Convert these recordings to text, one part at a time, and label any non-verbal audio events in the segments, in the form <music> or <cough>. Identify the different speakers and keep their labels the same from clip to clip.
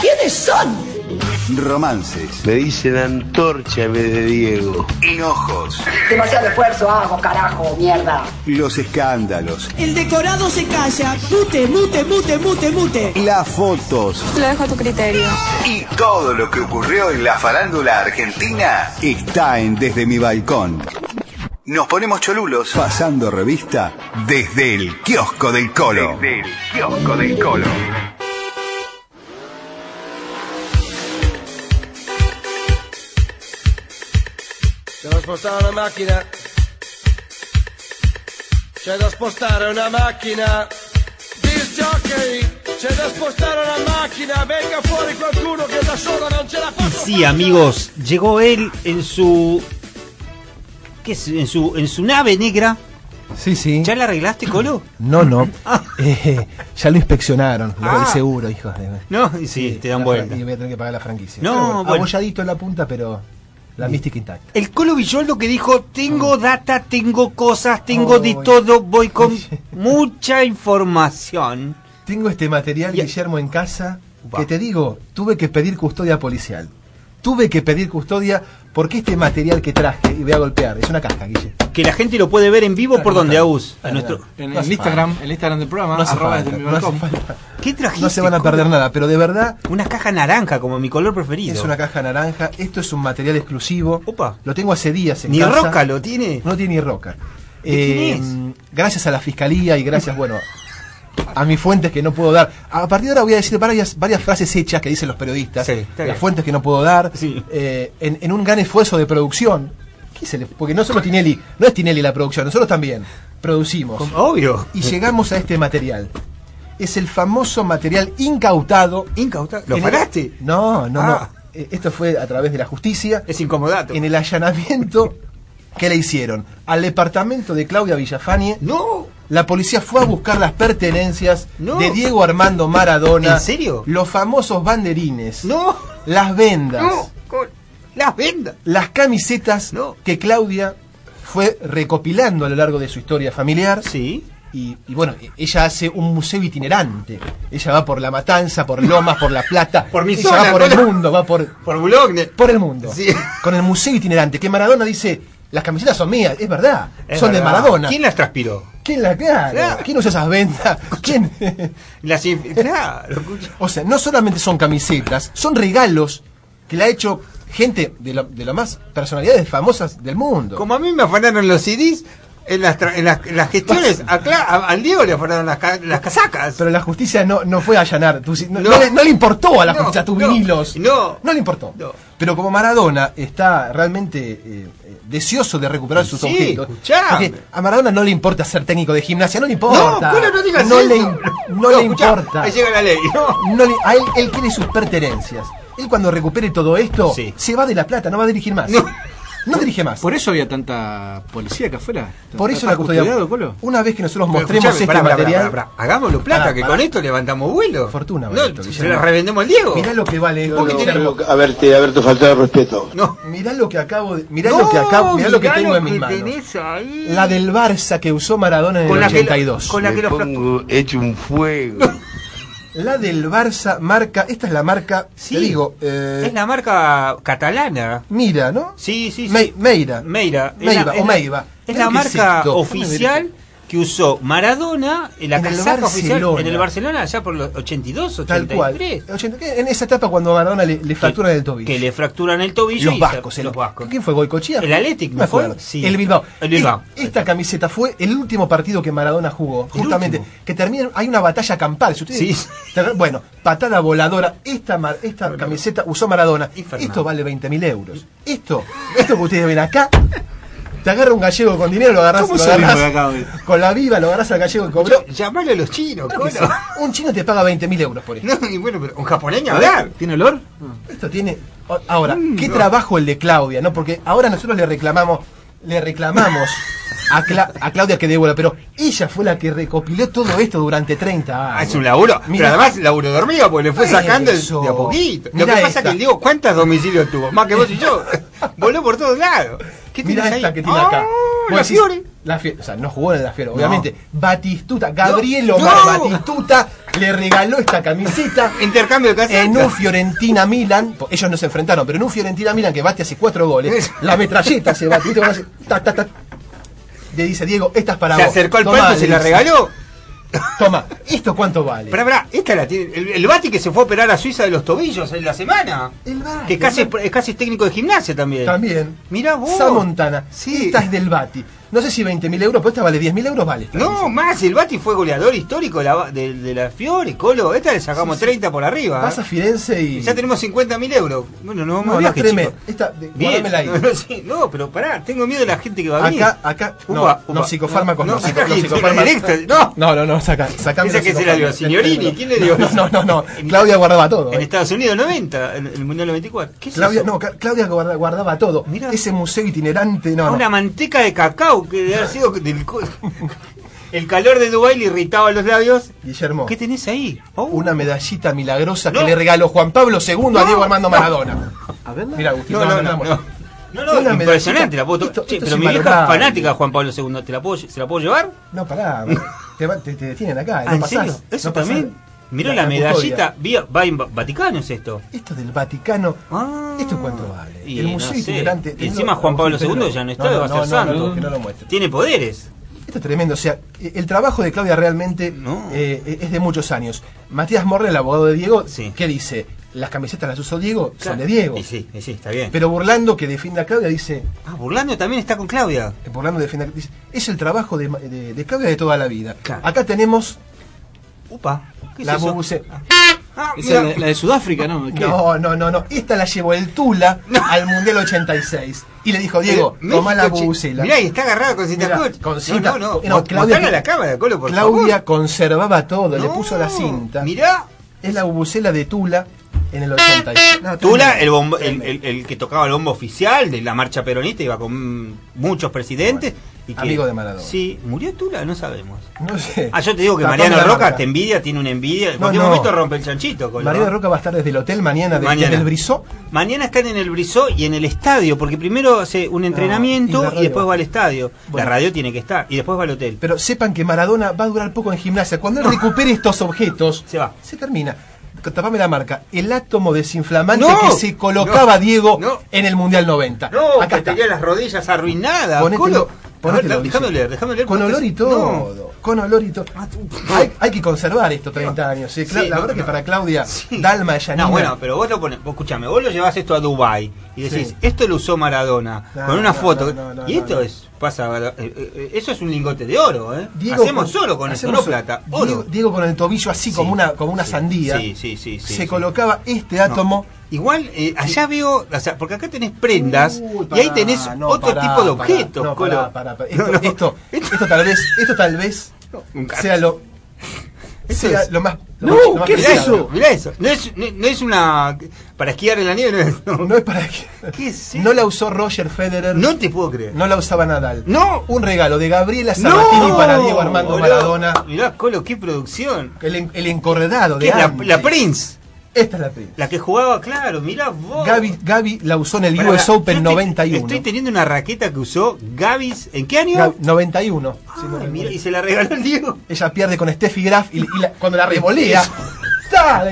Speaker 1: ¿Quiénes son?
Speaker 2: Romances,
Speaker 3: Me dicen antorcha en vez de Diego.
Speaker 2: enojos,
Speaker 1: Demasiado esfuerzo hago, carajo, mierda.
Speaker 2: los escándalos,
Speaker 4: El decorado se calla. Mute, mute, mute, mute, mute.
Speaker 2: las fotos
Speaker 5: Lo dejo a tu criterio.
Speaker 2: y todo lo que ocurrió en la farándula argentina está en Desde mi balcón. Nos ponemos cholulos pasando revista desde el kiosco del colo. Desde el kiosco del colo.
Speaker 6: Devo spostare una macchina. C'è da spostare una macchina. Disc jockey, c'è da spostare una macchina. Venga fuori qualcuno che da solo non ce la fa.
Speaker 7: Sí, amigos, llegó él en su. ¿Qué es? En su, en su nave negra.
Speaker 8: Sí, sí.
Speaker 7: ¿Ya la arreglaste, <laughs> Colo?
Speaker 8: No, no. <laughs> Eh, ya lo inspeccionaron, lo
Speaker 7: Ah.
Speaker 8: del seguro, hijos de.
Speaker 7: No, y sí, te dan
Speaker 8: La
Speaker 7: vuelta.
Speaker 8: fran- Y voy a tener que pagar la franquicia.
Speaker 7: No,
Speaker 8: Pero bueno,
Speaker 7: bueno.
Speaker 8: Abolladito en la punta, pero la mística intacta.
Speaker 7: El Colo Villoldo que dijo, tengo data, tengo cosas, tengo
Speaker 8: Oh,
Speaker 7: de
Speaker 8: voy.
Speaker 7: todo, <laughs> voy con mucha información.
Speaker 8: Tengo este material,
Speaker 7: Y-
Speaker 8: Guillermo, en casa.
Speaker 7: Upa.
Speaker 8: Que te digo, tuve que pedir custodia policial. Tuve que pedir custodia porque este material que traje, y voy a golpear, es una caja, Guille.
Speaker 7: Que la gente lo puede ver en vivo por donde, Agus. A nuestro...
Speaker 8: En el Instagram, el Instagram del programa, no hace falta, no hace
Speaker 7: <laughs>
Speaker 8: falta.
Speaker 7: ¿Qué trajiste?
Speaker 8: No se van a
Speaker 7: Colo?
Speaker 8: perder nada, pero de verdad
Speaker 7: Una caja naranja, como mi color preferido.
Speaker 8: es una caja naranja, esto es un material exclusivo.
Speaker 7: Opa.
Speaker 8: Lo tengo hace días en
Speaker 7: Ni
Speaker 8: casa.
Speaker 7: roca lo tiene.
Speaker 8: No tiene ni roca. Eh,
Speaker 7: ¿De quién
Speaker 8: Gracias a la fiscalía y gracias, bueno, a mis fuentes que no puedo dar. A partir de ahora voy a decir varias, varias frases hechas que dicen los periodistas,
Speaker 7: Sí, está
Speaker 8: las
Speaker 7: bien.
Speaker 8: fuentes que no puedo dar,
Speaker 7: Sí.
Speaker 8: eh, en, en un gran esfuerzo de producción. ¿Qué se le- porque no solo Tinelli, no es Tinelli la producción, nosotros también producimos.
Speaker 7: Obvio.
Speaker 8: Y llegamos a este material. Es el famoso material incautado.
Speaker 7: Incauta. ¿Lo
Speaker 8: en el-
Speaker 7: paraste?
Speaker 8: No, no,
Speaker 7: Ah.
Speaker 8: no. Eh, Esto fue a través de la justicia
Speaker 7: Es incomodato.
Speaker 8: en el allanamiento que le hicieron al departamento de Claudia Villafañe,
Speaker 7: No.
Speaker 8: la policía fue a buscar las pertenencias
Speaker 7: No.
Speaker 8: de Diego Armando Maradona.
Speaker 7: ¿En serio?
Speaker 8: Los famosos banderines.
Speaker 7: No.
Speaker 8: Las vendas.
Speaker 7: No. Colo. Las vendas.
Speaker 8: Las camisetas
Speaker 7: No.
Speaker 8: que Claudia fue recopilando a lo largo de su historia familiar.
Speaker 7: Sí.
Speaker 8: Y, y bueno, e- ella hace un museo itinerante. Ella va por La Matanza, por Lomas, por La Plata.
Speaker 7: <laughs> Por mi
Speaker 8: ella
Speaker 7: zona,
Speaker 8: va por el
Speaker 7: Colo.
Speaker 8: mundo, va por,
Speaker 7: Por Boulogne.
Speaker 8: por el mundo.
Speaker 7: Sí.
Speaker 8: Con el museo itinerante, que Maradona dice, las camisetas son mías, es verdad,
Speaker 7: Es
Speaker 8: son de
Speaker 7: verdad.
Speaker 8: Maradona.
Speaker 7: ¿Quién las transpiró?
Speaker 8: ¿Quién la claro?
Speaker 7: Claro.
Speaker 8: ¿Quién usa
Speaker 7: <laughs>
Speaker 8: esas ventas? ¿Quién? <laughs>
Speaker 7: Las inf- Claro. escucha.
Speaker 8: o sea, no solamente son camisetas, son regalos que le ha hecho gente de la- de las más personalidades famosas del mundo.
Speaker 7: Como a mí me afanaron los CDs, en las, tra- en las, en las gestiones, a Cla- a- al Diego le afanaron las, ca- las casacas.
Speaker 8: Pero la justicia no, no fue a allanar. tu- no,
Speaker 7: No.
Speaker 8: no le, no le importó a la
Speaker 7: No,
Speaker 8: justicia tus
Speaker 7: no,
Speaker 8: vinilos.
Speaker 7: no.
Speaker 8: No le importó.
Speaker 7: No.
Speaker 8: Pero como Maradona está realmente eh, eh, deseoso de recuperar sus
Speaker 7: Sí,
Speaker 8: objetos.
Speaker 7: escuchame.
Speaker 8: porque a Maradona no le importa ser técnico de gimnasia, no le importa.
Speaker 7: Colo, no digas
Speaker 8: No
Speaker 7: eso.
Speaker 8: le, im- no le
Speaker 7: escuchá,
Speaker 8: importa.
Speaker 7: Ahí llega la ley. No.
Speaker 8: No le- a él, él quiere sus pertenencias. Él cuando recupere todo esto,
Speaker 7: Sí.
Speaker 8: se va de La Plata, no va a dirigir más.
Speaker 7: No.
Speaker 8: No dirige más. Por,
Speaker 6: eso había tanta policía acá afuera.
Speaker 8: eso la custodia. Una vez que nosotros mostremos
Speaker 7: Escuchame,
Speaker 8: este
Speaker 7: pará, pará,
Speaker 8: material,
Speaker 7: pará, pará, pará. Hagámoslo plata,
Speaker 8: Pará,
Speaker 7: que
Speaker 8: pará.
Speaker 7: con esto levantamos vuelo.
Speaker 8: Fortuna,
Speaker 7: no,
Speaker 8: Benito,
Speaker 7: Se
Speaker 8: Guillermo.
Speaker 7: la revendemos al Diego.
Speaker 8: mirá lo que vale.
Speaker 7: ¿Por qué tiene-
Speaker 8: Guillermo.
Speaker 3: Haberte, haberte faltado el respeto.
Speaker 7: No.
Speaker 8: Mirá lo que acabo de, mirá lo que acabo, mirá lo que
Speaker 7: mirá
Speaker 8: tengo
Speaker 7: lo
Speaker 8: en mis
Speaker 7: que
Speaker 8: manos.
Speaker 7: tenés ahí.
Speaker 8: La del Barça que usó Maradona en
Speaker 7: Con
Speaker 8: el
Speaker 7: la que-
Speaker 8: 82.
Speaker 7: con la
Speaker 3: Me
Speaker 7: que lo
Speaker 3: pongo hecho un fuego.
Speaker 7: <laughs>
Speaker 8: La del Barça marca, esta es la marca,
Speaker 7: Sí.
Speaker 8: te digo, eh,
Speaker 7: Es la marca catalana.
Speaker 8: Mira, ¿no?
Speaker 7: Sí, sí, sí.
Speaker 8: Mei- Meira.
Speaker 7: Meira. Es
Speaker 8: Meiva
Speaker 7: la- es
Speaker 8: o
Speaker 7: la-
Speaker 8: Meiva.
Speaker 7: Es
Speaker 8: Mirá
Speaker 7: la
Speaker 8: lo que es
Speaker 7: marca
Speaker 8: esto.
Speaker 7: oficial que usó Maradona, en la
Speaker 8: En el
Speaker 7: casaca oficial
Speaker 8: Barcelona.
Speaker 7: en el Barcelona, allá por los 82,
Speaker 8: Tal cual.
Speaker 7: 83.
Speaker 8: Ochenta- que En esa etapa cuando a Maradona le, le fracturan el tobillo.
Speaker 7: Que le fracturan el tobillo.
Speaker 8: los
Speaker 7: y se-
Speaker 8: vascos, el,
Speaker 7: los vascos.
Speaker 8: ¿Quién fue Goicochea?
Speaker 7: El Athletic,
Speaker 8: No
Speaker 7: ¿no
Speaker 8: me
Speaker 7: fue?
Speaker 8: acuerdo.
Speaker 7: Sí.
Speaker 8: El Bilbao.
Speaker 7: El Bilbao.
Speaker 8: Y- Esta camiseta fue el último partido que Maradona jugó, justamente.
Speaker 7: último.
Speaker 8: Que termina, hay una batalla campal. Si ustedes-
Speaker 7: Sí.
Speaker 8: ¿Te acuerdan? Bueno, patada voladora. Esta, mar- esta camiseta usó Maradona.
Speaker 7: Infernal.
Speaker 8: Esto vale 20.000 euros. Esto, esto que ustedes ven acá, Te agarra un gallego con dinero, lo agarras,
Speaker 5: ¿Cómo
Speaker 8: lo
Speaker 5: salimos
Speaker 8: agarrás-
Speaker 5: de acá hoy?
Speaker 8: con la viva, lo agarras al gallego que cobró.
Speaker 6: Llamale a los chinos,
Speaker 8: ¿Qué sé?
Speaker 6: colo.
Speaker 8: Un chino te paga 20 mil euros por esto.
Speaker 6: No, y bueno, pero un japonés ni
Speaker 5: A ver,
Speaker 6: hablar.
Speaker 5: ¿tiene olor?
Speaker 8: Esto tiene. o- Ahora,
Speaker 6: Mm,
Speaker 8: qué trabajo el de Claudia, ¿no? Porque ahora nosotros le reclamamos, le reclamamos a, Cla- a Claudia que devuelva, pero ella fue la que recopiló todo esto durante 30 años.
Speaker 6: Ah, es un laburo.
Speaker 8: Mirá.
Speaker 6: Pero además, laburo dormido, porque le fue sacando de-
Speaker 8: Eso.
Speaker 6: de a poquito. Lo
Speaker 8: Mirá
Speaker 6: que pasa
Speaker 8: esta.
Speaker 6: es que el Diego, ¿cuántos domicilios tuvo? Más que vos y
Speaker 8: <laughs>
Speaker 6: yo. Voló por todos lados. ¿Qué
Speaker 8: Mirá
Speaker 6: tienes ahí?
Speaker 8: esta que tiene acá.
Speaker 6: Ah,
Speaker 8: Vos
Speaker 6: la
Speaker 8: decís,
Speaker 6: Fiore.
Speaker 8: la Fiore, O sea, no jugó en la Fiore, obviamente. Batistuta, Gabriel
Speaker 6: No.
Speaker 8: Omar
Speaker 6: No.
Speaker 8: Batistuta le regaló esta camiseta.
Speaker 6: Intercambio de casas.
Speaker 8: En un Fiorentina Milan, ellos no se enfrentaron, pero en un Fiorentina Milan que bate hace cuatro goles, la metralleta se bate, ¿viste? Vos haces ta, ta, ta. Le dice Diego, esta es para
Speaker 6: Se
Speaker 8: vos.
Speaker 6: acercó al
Speaker 8: Tomá,
Speaker 6: palco, se
Speaker 8: le
Speaker 6: la
Speaker 8: dice.
Speaker 6: regaló.
Speaker 8: Toma, ¿esto cuánto vale?
Speaker 6: Pará, pará, esta la tiene. El, el Bati que se fue a operar a Suiza de los tobillos en la semana.
Speaker 8: El Bati,
Speaker 6: Que casi,
Speaker 8: el
Speaker 6: es casi es técnico de gimnasia también.
Speaker 8: También.
Speaker 6: Mirá vos.
Speaker 8: Sa Montana.
Speaker 6: Sí.
Speaker 8: Esta es del Bati. No sé si 20.000 euros, pero esta vale 10.000 euros, vale. esta,
Speaker 6: No,
Speaker 8: dice.
Speaker 6: más, el Bati fue goleador histórico de la, de, de la Fiore, Colo. Esta le sacamos 30 por arriba. ¿eh?
Speaker 8: Vas a Firenze y.
Speaker 6: Ah. Ya tenemos 50.000 euros. Bueno, no vamos
Speaker 8: No,
Speaker 6: a
Speaker 8: no,
Speaker 6: viaje,
Speaker 8: tremendo.
Speaker 6: chicos.
Speaker 8: Esta, de-
Speaker 6: Bien. <laughs>
Speaker 8: guárdamela ahí.
Speaker 6: No, <laughs> no, sí, no, pero pará, tengo miedo de la gente que va a venir.
Speaker 8: Acá, acá, no, no,
Speaker 6: <laughs>
Speaker 8: psicofármacos, no,
Speaker 6: no,
Speaker 8: psico-
Speaker 6: acá
Speaker 8: no,
Speaker 6: hay-
Speaker 8: psicofármacos.
Speaker 6: directo, no.
Speaker 8: No, no, no, saca, sacame
Speaker 6: Esa
Speaker 8: los
Speaker 6: que se la dio,
Speaker 8: psicofármacos.
Speaker 6: signorini, ¿quién le
Speaker 8: No,
Speaker 6: dio?
Speaker 8: No, no, no, no. Claudia guardaba todo.
Speaker 6: En este
Speaker 8: eh.
Speaker 6: Estados Unidos 90, en el Mundial 94. ¿Qué es
Speaker 8: Claudia,
Speaker 6: eso?
Speaker 8: no, Ca- Claudia guarda- guardaba todo.
Speaker 6: Mirá.
Speaker 8: Ese museo itinerante, no,
Speaker 6: Ah,
Speaker 8: no.
Speaker 6: Una manteca de cacao que debe haber sido del co- <laughs> El calor de Dubái le irritaba los labios.
Speaker 8: Guillermo,
Speaker 6: ¿Qué tenés ahí? Oh.
Speaker 8: una medallita milagrosa
Speaker 6: No.
Speaker 8: que le regaló Juan Pablo II a
Speaker 6: No,
Speaker 8: Diego Armando
Speaker 6: no.
Speaker 8: Maradona. A ver, mira, Agustín,
Speaker 6: No, no,
Speaker 8: la
Speaker 6: no.
Speaker 8: mandamos.
Speaker 6: No, no, no,
Speaker 8: Una
Speaker 6: impresionante
Speaker 8: medallita.
Speaker 6: la puedo to-
Speaker 8: Esto-
Speaker 6: Che,
Speaker 8: esto
Speaker 6: pero mi
Speaker 8: es
Speaker 6: vieja es
Speaker 8: invalorable.
Speaker 6: fanática de Juan Pablo II. ¿Te la puedo, lle- ¿Se la puedo llevar?
Speaker 8: No,
Speaker 6: <laughs>
Speaker 8: pará, te, va- te- te detienen acá,
Speaker 6: Ah,
Speaker 8: no
Speaker 6: ¿en
Speaker 8: pasás.
Speaker 6: serio? ¿Eso
Speaker 8: no pasás.
Speaker 6: también? Miró
Speaker 8: La-
Speaker 6: la,
Speaker 8: la custodia.
Speaker 6: medallita. vi- Va en Va- Vaticano es esto.
Speaker 8: Esto del Vaticano,
Speaker 6: Ah.
Speaker 8: ¿esto cuánto vale?
Speaker 6: Y
Speaker 8: el
Speaker 6: no
Speaker 8: museo
Speaker 6: sé.
Speaker 8: itinerante.
Speaker 6: Y
Speaker 8: tenlo-
Speaker 6: encima Juan Pablo
Speaker 8: Agustín,
Speaker 6: II
Speaker 8: tenlo.
Speaker 6: ya no está, va a ser
Speaker 8: no,
Speaker 6: santo.
Speaker 8: No, no, que no lo muestre.
Speaker 6: Tiene poderes.
Speaker 8: Esto es tremendo, o sea, el trabajo de Claudia realmente
Speaker 6: No.
Speaker 8: eh, es de muchos años. Matías Morre, el abogado de Diego,
Speaker 6: Sí.
Speaker 8: que dice, las camisetas las usó Diego, son
Speaker 6: Claro.
Speaker 8: de Diego.
Speaker 6: Y sí, y sí, está bien.
Speaker 8: Pero burlando que defienda a Claudia dice, eh,
Speaker 6: Ah, Burlando también está con Claudia.
Speaker 8: burlando defienda, dice, es el trabajo de, Ma- de- de Claudia de toda la vida.
Speaker 6: Claro.
Speaker 8: Acá tenemos
Speaker 6: Upa. ¿Qué es
Speaker 8: la
Speaker 6: eso?
Speaker 8: bubuce-
Speaker 6: Ah,
Speaker 5: Esa
Speaker 6: mira.
Speaker 5: es la, la de Sudáfrica, ¿no? ¿Qué?
Speaker 8: No, no, no, no. Esta la llevó el Tula al Mundial 86. Y le dijo, Diego,
Speaker 6: Eh,
Speaker 8: tomá la
Speaker 6: México, che.
Speaker 8: bubucela.
Speaker 6: Mirá, y está agarrada con cinta
Speaker 8: Mirá,
Speaker 6: coche.
Speaker 8: con cinta.
Speaker 6: No, no, no.
Speaker 8: No, Claudia-
Speaker 6: Mostrala a la cámara, Colo, por
Speaker 8: Claudia
Speaker 6: favor.
Speaker 8: conservaba todo, le
Speaker 6: No,
Speaker 8: puso la cinta.
Speaker 6: Mirá.
Speaker 8: Es la bubucela de Tula en el 86. No,
Speaker 6: Tula,
Speaker 8: tremendo,
Speaker 6: el, bombo- el,
Speaker 8: tremendo.
Speaker 6: el- el que tocaba el bombo oficial de la marcha peronista, iba con muchos presidentes. y que-
Speaker 8: amigo de Maradona.
Speaker 6: Sí, murió Tula, no sabemos.
Speaker 8: No sé.
Speaker 6: Ah, yo te digo que
Speaker 8: Tapame
Speaker 6: Mariano
Speaker 8: la
Speaker 6: Roca
Speaker 8: marca.
Speaker 6: te envidia, tiene una envidia. En
Speaker 8: No,
Speaker 6: cualquier
Speaker 8: no.
Speaker 6: momento rompe el chanchito, Colo.
Speaker 8: Mariano Roca va a estar desde el hotel mañana, de-
Speaker 6: Mañana.
Speaker 8: desde el Brizó.
Speaker 6: Mañana están en el Brizó y en el estadio, porque primero hace un
Speaker 8: y la
Speaker 6: entrenamiento y,
Speaker 8: radio.
Speaker 6: después va al estadio.
Speaker 8: Bueno.
Speaker 6: La radio tiene que estar y después va al hotel.
Speaker 8: Pero sepan que Maradona va a durar poco en gimnasia. Cuando él recupere estos objetos,
Speaker 6: Se va.
Speaker 8: Se termina. Tapame la marca. El átomo desinflamante
Speaker 6: No,
Speaker 8: que se colocaba
Speaker 6: no,
Speaker 8: Diego
Speaker 6: no.
Speaker 8: en el Mundial 90.
Speaker 6: No,
Speaker 8: Acá
Speaker 6: que
Speaker 8: está.
Speaker 6: tenía las rodillas arruinadas.
Speaker 8: Ponételo-
Speaker 6: Colo.
Speaker 8: ponételo,
Speaker 6: A ver, déjame
Speaker 8: Guille.
Speaker 6: leer, déjame leer.
Speaker 8: Con
Speaker 6: porque-
Speaker 8: olor y
Speaker 6: No.
Speaker 8: todo. Con olor y todo.
Speaker 6: Ah, tú-
Speaker 8: Hay, hay que conservar estos 30 años. eh. Cla-
Speaker 6: Sí,
Speaker 8: la
Speaker 6: no,
Speaker 8: verdad que
Speaker 6: no.
Speaker 8: para Claudia,
Speaker 6: Sí.
Speaker 8: Dalma y Yanina,
Speaker 6: No, bueno, pero vos lo pones, vos escuchame, vos lo llevas esto a Dubai y decís,
Speaker 8: Sí.
Speaker 6: esto lo usó Maradona,
Speaker 8: No,
Speaker 6: con una
Speaker 8: no,
Speaker 6: foto.
Speaker 8: no, no, no,
Speaker 6: y esto
Speaker 8: no.
Speaker 6: es, pasa, eh, eh, eso es un lingote de oro, ¿eh?
Speaker 8: Diego
Speaker 6: hacemos
Speaker 8: con-
Speaker 6: solo con
Speaker 8: hacemos
Speaker 6: esto, no
Speaker 8: solo-
Speaker 6: plata, oro.
Speaker 8: Diego, Diego con el tobillo así como
Speaker 6: Sí.
Speaker 8: una, como una
Speaker 6: Sí.
Speaker 8: sandía.
Speaker 6: Sí, sí, sí, sí,
Speaker 8: se
Speaker 6: sí.
Speaker 8: colocaba este
Speaker 6: No.
Speaker 8: átomo.
Speaker 6: Igual, eh, allá veo, o sea, porque acá tenés prendas
Speaker 8: Uy,
Speaker 6: y ahí
Speaker 8: pará,
Speaker 6: tenés
Speaker 8: no,
Speaker 6: otro
Speaker 8: pará,
Speaker 6: tipo de
Speaker 8: pará,
Speaker 6: objetos.
Speaker 8: no,
Speaker 6: Colo.
Speaker 8: pará, pará, pará. Esto,
Speaker 6: <laughs> No, no.
Speaker 8: esto- esto tal vez, esto tal vez
Speaker 6: Un gato.
Speaker 8: sea lo.
Speaker 6: Eso
Speaker 8: sea
Speaker 6: es-
Speaker 8: lo más. lo
Speaker 5: No,
Speaker 8: más- lo más
Speaker 5: ¿qué es
Speaker 6: Mirá
Speaker 8: preciado.
Speaker 6: eso, mirá eso. No es, no, no es una. Para esquiar en la nieve, no es. No,
Speaker 8: No es para que.
Speaker 6: ¿Qué es
Speaker 8: No la usó Roger Federer.
Speaker 6: No te puedo creer.
Speaker 8: No la usaba Nadal.
Speaker 6: No.
Speaker 8: Un regalo de Gabriela Sabatini para Diego Armando
Speaker 6: boludo.
Speaker 8: Maradona.
Speaker 6: Mirá, Colo, qué producción.
Speaker 8: El, en- el encorredado
Speaker 6: ¿Qué
Speaker 8: de
Speaker 6: es la,
Speaker 8: antes.
Speaker 6: la Prince?
Speaker 8: Esta es la Prince.
Speaker 6: La que jugaba, claro, mirá vos.
Speaker 8: Gaby, Gaby la usó en el
Speaker 6: Pará,
Speaker 8: US
Speaker 6: yo
Speaker 8: Open
Speaker 6: estoy-
Speaker 8: 91.
Speaker 6: Estoy teniendo una raqueta que usó Gavis. ¿En qué año?
Speaker 8: Gaby- 91.
Speaker 6: Ah,
Speaker 8: si no recuerdo.
Speaker 6: mirá, y se la regaló el Diego.
Speaker 8: Ella pierde con Steffi Graf y, y la- cuando la revolea, <laughs> ¡ta!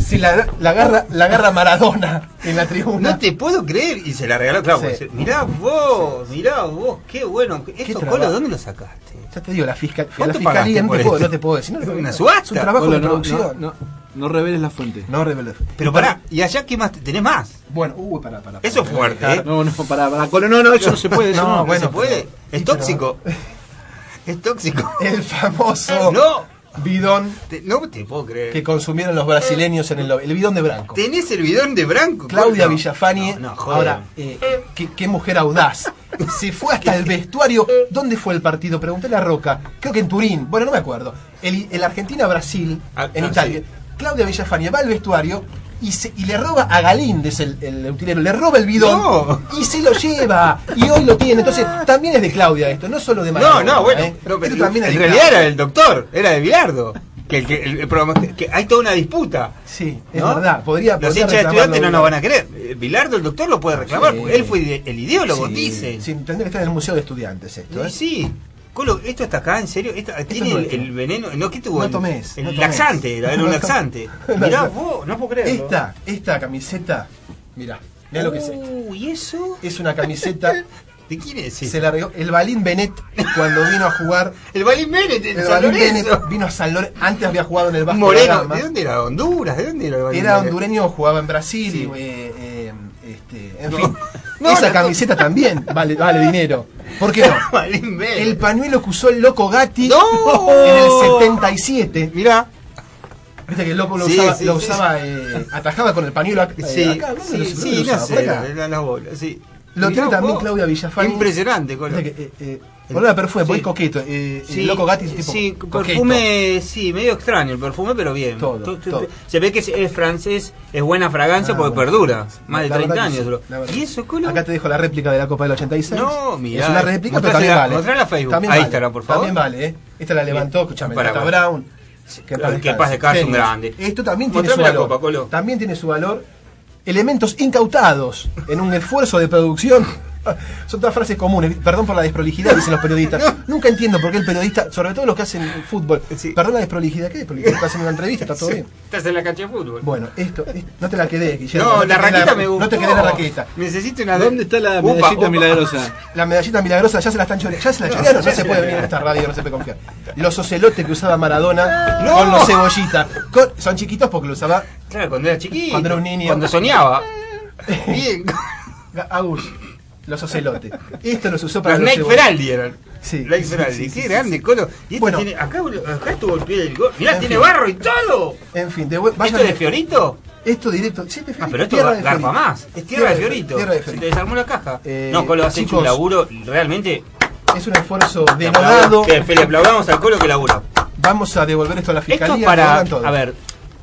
Speaker 8: se la, la agarra, la agarra Maradona en la tribuna.
Speaker 6: No te puedo creer. Y se la regaló, claro.
Speaker 8: Sí.
Speaker 6: porque se- Mirá vos, mirá vos, qué bueno.
Speaker 8: Qué
Speaker 6: Esto,
Speaker 8: trabajo.
Speaker 6: Colo, ¿dónde lo sacaste?
Speaker 8: Ya te digo, la, fiscal, la
Speaker 6: ¿Cuánto
Speaker 8: fiscalía
Speaker 6: pagaste
Speaker 8: no
Speaker 6: por
Speaker 8: te, puedo,
Speaker 6: esto?
Speaker 8: no te puedo decir. no te puedo
Speaker 6: ¿Una
Speaker 8: decir. Es un
Speaker 6: subasta?
Speaker 8: trabajo
Speaker 5: Hola,
Speaker 8: de
Speaker 5: no, no,
Speaker 8: producción.
Speaker 5: no, no reveles la fuente.
Speaker 8: No revelé.
Speaker 6: Pero
Speaker 8: Y
Speaker 6: pará, ¿y allá qué más? te- ¿Tenés más?
Speaker 8: Bueno, uy, pará, pará. pará.
Speaker 6: Eso es fuerte, ¿eh?
Speaker 5: No, no, para, para, Colo, no, no, eso no se puede, eso
Speaker 8: No,
Speaker 5: no.
Speaker 6: No,
Speaker 8: bueno,
Speaker 6: se puede.
Speaker 8: pero-
Speaker 6: Es
Speaker 8: y pero-
Speaker 6: tóxico. <laughs> Es tóxico.
Speaker 8: El famoso
Speaker 6: <laughs> No.
Speaker 8: bidón
Speaker 6: Te- no te puedo creer.
Speaker 8: que consumieron los brasileños en el el bidón de Branco.
Speaker 6: ¿Tenés el bidón de Branco?
Speaker 8: Claudia
Speaker 6: No.
Speaker 8: Villafañe,
Speaker 6: No, no, joder. <laughs>
Speaker 8: ahora, eh, qué, qué mujer audaz. se fue hasta el vestuario. ¿Dónde fue el partido? Pregunté a la Roca. Creo que en Turín. Bueno, no me acuerdo. El, el Argentina-Brasil,
Speaker 6: Ah,
Speaker 8: en
Speaker 6: ah,
Speaker 8: Italia.
Speaker 6: sí.
Speaker 8: Claudia Villafañe va al vestuario y, se- y le roba a Galíndez, el, el utilero, le roba el bidón
Speaker 6: No.
Speaker 8: y se lo lleva. Y hoy lo tiene. Entonces, también es de Claudia esto, no solo de
Speaker 6: No,
Speaker 8: Maradona.
Speaker 6: no, bueno.
Speaker 8: ¿eh?
Speaker 6: pero-
Speaker 8: Esto también es
Speaker 6: en
Speaker 8: de
Speaker 6: realidad
Speaker 8: Claudia.
Speaker 6: era el doctor, era de Bilardo. Que, el- que el- el programa- que- que hay toda una disputa.
Speaker 8: Sí, es
Speaker 6: ¿no?
Speaker 8: verdad. Podría,
Speaker 6: Los
Speaker 8: podría
Speaker 6: hinchas de
Speaker 8: reclamarlo
Speaker 6: estudiantes no
Speaker 8: Bilardo.
Speaker 6: nos van a creer. Eh, Bilardo, el doctor, lo puede reclamar.
Speaker 8: Sí.
Speaker 6: porque Él fue ide- el ideólogo,
Speaker 8: Sí,
Speaker 6: dice.
Speaker 8: sí, tendría que estar en el Museo de Estudiantes esto, ¿eh?
Speaker 6: Y sí. Colo, esto está acá, en serio. Esta- tiene
Speaker 8: es
Speaker 6: el,
Speaker 8: nuestro.
Speaker 6: el veneno. No, ¿qué tuvo?
Speaker 8: No
Speaker 6: El-
Speaker 8: tomés,
Speaker 6: El,
Speaker 8: no tomés.
Speaker 6: laxante, era, era un
Speaker 8: <laughs> No
Speaker 6: laxante.
Speaker 8: tomés.
Speaker 6: Mirá vos, no puedo creerlo.
Speaker 8: Esta, esta camiseta, mirá, mirá lo que es esto.
Speaker 6: Uy, eso?
Speaker 8: Es
Speaker 6: <laughs>
Speaker 8: una camiseta,
Speaker 6: ¿De quién es?
Speaker 8: se la regaló el Balín Benet cuando vino a jugar.
Speaker 6: El Balín Bennett, el
Speaker 8: El
Speaker 6: San
Speaker 8: Balín
Speaker 6: Lorenzo.
Speaker 8: Benet vino a San Lorenzo, antes había jugado en el Vasco da
Speaker 6: Moreno,
Speaker 8: Gama.
Speaker 6: ¿de dónde era? ¿Honduras? ¿De dónde era el Balín
Speaker 8: Era
Speaker 6: Bennett?
Speaker 8: hondureño, jugaba en Brasil,
Speaker 6: Sí.
Speaker 8: eh, eh, este, en fin.
Speaker 6: No,
Speaker 8: Esa
Speaker 6: la-
Speaker 8: camiseta también vale, vale dinero. ¿Por qué no?
Speaker 6: <laughs> Balín Bennett.
Speaker 8: El pañuelo que usó el loco Gatti
Speaker 6: ¡No!
Speaker 8: en el 77.
Speaker 6: Mirá.
Speaker 8: Viste que el loco lo
Speaker 6: Sí,
Speaker 8: usaba,
Speaker 6: sí,
Speaker 8: lo
Speaker 6: sí.
Speaker 8: usaba eh, atajaba con el pañuelo ac- eh,
Speaker 6: Sí,
Speaker 8: acá, ¿no?
Speaker 6: sí,
Speaker 8: Lo-
Speaker 6: sí,
Speaker 8: lo
Speaker 6: no
Speaker 8: usaba por
Speaker 6: sé, eh.
Speaker 8: acá.
Speaker 6: le dan las bolas, sí.
Speaker 8: Lo
Speaker 6: Mirá
Speaker 8: tiene
Speaker 6: vos.
Speaker 8: también Claudia Villafañe.
Speaker 6: Impresionante, Colo.
Speaker 8: Viste que, eh, eh, olor a perfume, muy
Speaker 6: Sí.
Speaker 8: coqueto. eh,
Speaker 6: Sí,
Speaker 8: el loco Gatti es un tipo
Speaker 6: sí,
Speaker 8: coqueto.
Speaker 6: perfume, sí, medio extraño el perfume, pero bien.
Speaker 8: Todo,
Speaker 6: Tu- tu-
Speaker 8: todo.
Speaker 6: Se ve que es, es francés, es buena fragancia
Speaker 8: Ah,
Speaker 6: porque
Speaker 8: bueno.
Speaker 6: perdura, más de
Speaker 8: La verdad
Speaker 6: 30
Speaker 8: que
Speaker 6: años.
Speaker 8: sí,
Speaker 6: bro.
Speaker 8: la verdad.
Speaker 6: ¿Y eso, Colo?
Speaker 8: Acá te dejo la réplica de la Copa del 86.
Speaker 6: No, mirá.
Speaker 8: Es una réplica,
Speaker 6: Mostrásela,
Speaker 8: pero también vale.
Speaker 6: mostrala a Facebook.
Speaker 8: También
Speaker 6: A
Speaker 8: vale,
Speaker 6: Instagram, por favor.
Speaker 8: También vale, ¿eh? Esta la levantó,
Speaker 6: Bien.
Speaker 8: escúchame,
Speaker 6: Para,
Speaker 8: Tata
Speaker 6: para.
Speaker 8: Brown.
Speaker 6: Que en paz descanse, un grande.
Speaker 8: Esto también tiene su
Speaker 6: Mostrame la
Speaker 8: valor.
Speaker 6: copa, Colo.
Speaker 8: También tiene su valor. Elementos incautados en un esfuerzo de producción. <laughs> Son todas frases comunes, perdón por la desprolijidad, dicen los
Speaker 6: <laughs>
Speaker 8: periodistas. Nunca entiendo por qué el periodista, sobre todo los que hacen fútbol,
Speaker 6: Sí.
Speaker 8: perdón la desprolijidad, ¿qué desprolijidad? Estás haciendo una entrevista, está todo bien.
Speaker 6: Estás en la cancha de fútbol.
Speaker 8: Bueno, esto, es- no te la quedé, Guillermo.
Speaker 6: no,
Speaker 8: te
Speaker 6: la
Speaker 8: quedé
Speaker 6: raqueta me gustó.
Speaker 8: No te quedé la raqueta.
Speaker 6: Necesito una.
Speaker 5: ¿Dónde está la
Speaker 6: Upa,
Speaker 5: medallita
Speaker 6: upa.
Speaker 5: milagrosa?
Speaker 8: La medallita milagrosa ya se la están choreando. Ya se la chorearon, no se puede venir a esta radio, no se puede confiar. Los ocelotes que usaba Maradona
Speaker 6: No.
Speaker 8: con los cebollitas. Con- son chiquitos porque lo usaba
Speaker 6: Claro, cuando era chiquito.
Speaker 8: Cuando era un niño.
Speaker 6: Cuando
Speaker 8: <laughs>
Speaker 6: soñaba. Bien.
Speaker 8: Ga- Agus. Los ocelotes. Esto los usó para
Speaker 6: Los
Speaker 8: los,
Speaker 6: Nike
Speaker 8: cebollitas.
Speaker 6: Feraldi eran.
Speaker 8: Sí,
Speaker 6: Nike
Speaker 8: sí,
Speaker 6: Feraldi.
Speaker 8: sí, sí,
Speaker 6: Qué
Speaker 8: sí,
Speaker 6: grande, Colo. Y esto
Speaker 8: Bueno.
Speaker 6: tiene. Acá, acá estuvo el pie del gol. Mirá,
Speaker 8: En
Speaker 6: tiene
Speaker 8: fin.
Speaker 6: barro y todo.
Speaker 8: En fin, de vuel-
Speaker 6: ¿Esto
Speaker 8: vayan-
Speaker 6: de Fiorito?
Speaker 8: Esto directo. Sí, de
Speaker 6: Ah,
Speaker 8: Fiorito,
Speaker 6: pero esto
Speaker 8: tierra
Speaker 6: va-
Speaker 8: de
Speaker 6: garpa
Speaker 8: Fiorito.
Speaker 6: más. Es tierra de Fiorito.
Speaker 8: Tierra de
Speaker 6: Se
Speaker 8: Fiorito.
Speaker 6: te desarmó la caja.
Speaker 8: Eh,
Speaker 6: no, Colo, has hecho un
Speaker 8: chicos,
Speaker 6: laburo realmente.
Speaker 8: Es un esfuerzo
Speaker 6: Te aplaudamos-
Speaker 8: denodado.
Speaker 6: Te, te le aplaudamos al Colo que labura.
Speaker 8: Vamos a devolver esto a la fiscalía.
Speaker 6: Esto es para.
Speaker 8: devuelvan todo.
Speaker 6: A ver.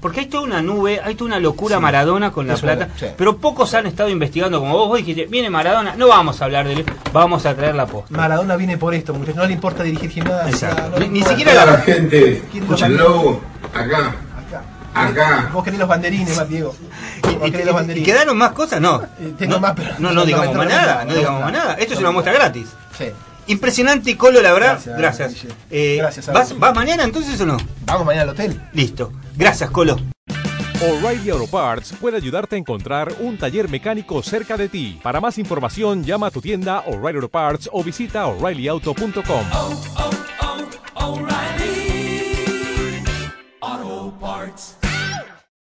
Speaker 6: Porque hay toda una nube, hay toda una locura Maradona con la
Speaker 8: Es una-
Speaker 6: plata,
Speaker 8: sí.
Speaker 6: pero pocos han estado investigando como vos. Vos dijiste, viene Maradona, no vamos a hablar de él, vamos a traer la posta.
Speaker 8: Maradona viene por esto, muchachos. No le importa dirigir gimnasia.
Speaker 6: Exacto.
Speaker 8: Ah, no le
Speaker 6: Ni- ni
Speaker 8: importa.
Speaker 6: siquiera la-
Speaker 9: gente,
Speaker 8: ¿Quién
Speaker 9: escúchenlo, acá.
Speaker 8: Acá.
Speaker 9: Acá.
Speaker 8: Vos querés los banderines, más Diego.
Speaker 6: Y-
Speaker 8: Vos
Speaker 6: y-
Speaker 8: querés los
Speaker 6: y- y
Speaker 8: banderines.
Speaker 6: ¿Quedaron más cosas? No.
Speaker 8: Eh, tengo
Speaker 6: No,
Speaker 8: más, pero-
Speaker 6: no, no
Speaker 8: no,
Speaker 6: digamos
Speaker 8: no,
Speaker 6: más
Speaker 8: no,
Speaker 6: nada,
Speaker 8: no,
Speaker 6: no
Speaker 8: no,
Speaker 6: digamos
Speaker 8: no,
Speaker 6: más nada. Esto es
Speaker 8: no,
Speaker 6: una
Speaker 8: no.
Speaker 6: muestra gratis.
Speaker 8: Sí.
Speaker 6: Impresionante, Colo, la verdad.
Speaker 8: Gracias,
Speaker 6: Gracias.
Speaker 8: Guille.
Speaker 6: Eh,
Speaker 8: Gracias,
Speaker 6: ¿vas,
Speaker 8: Agus.
Speaker 6: ¿Vas mañana entonces o no?
Speaker 8: Vamos mañana al hotel.
Speaker 6: Listo. Gracias, Colo.
Speaker 10: O'Reilly Auto Parts puede ayudarte a encontrar un taller mecánico cerca de ti. Para más información, llama a tu tienda O'Reilly Auto Parts o visita oreillyauto.com.
Speaker 7: Oh, oh, oh,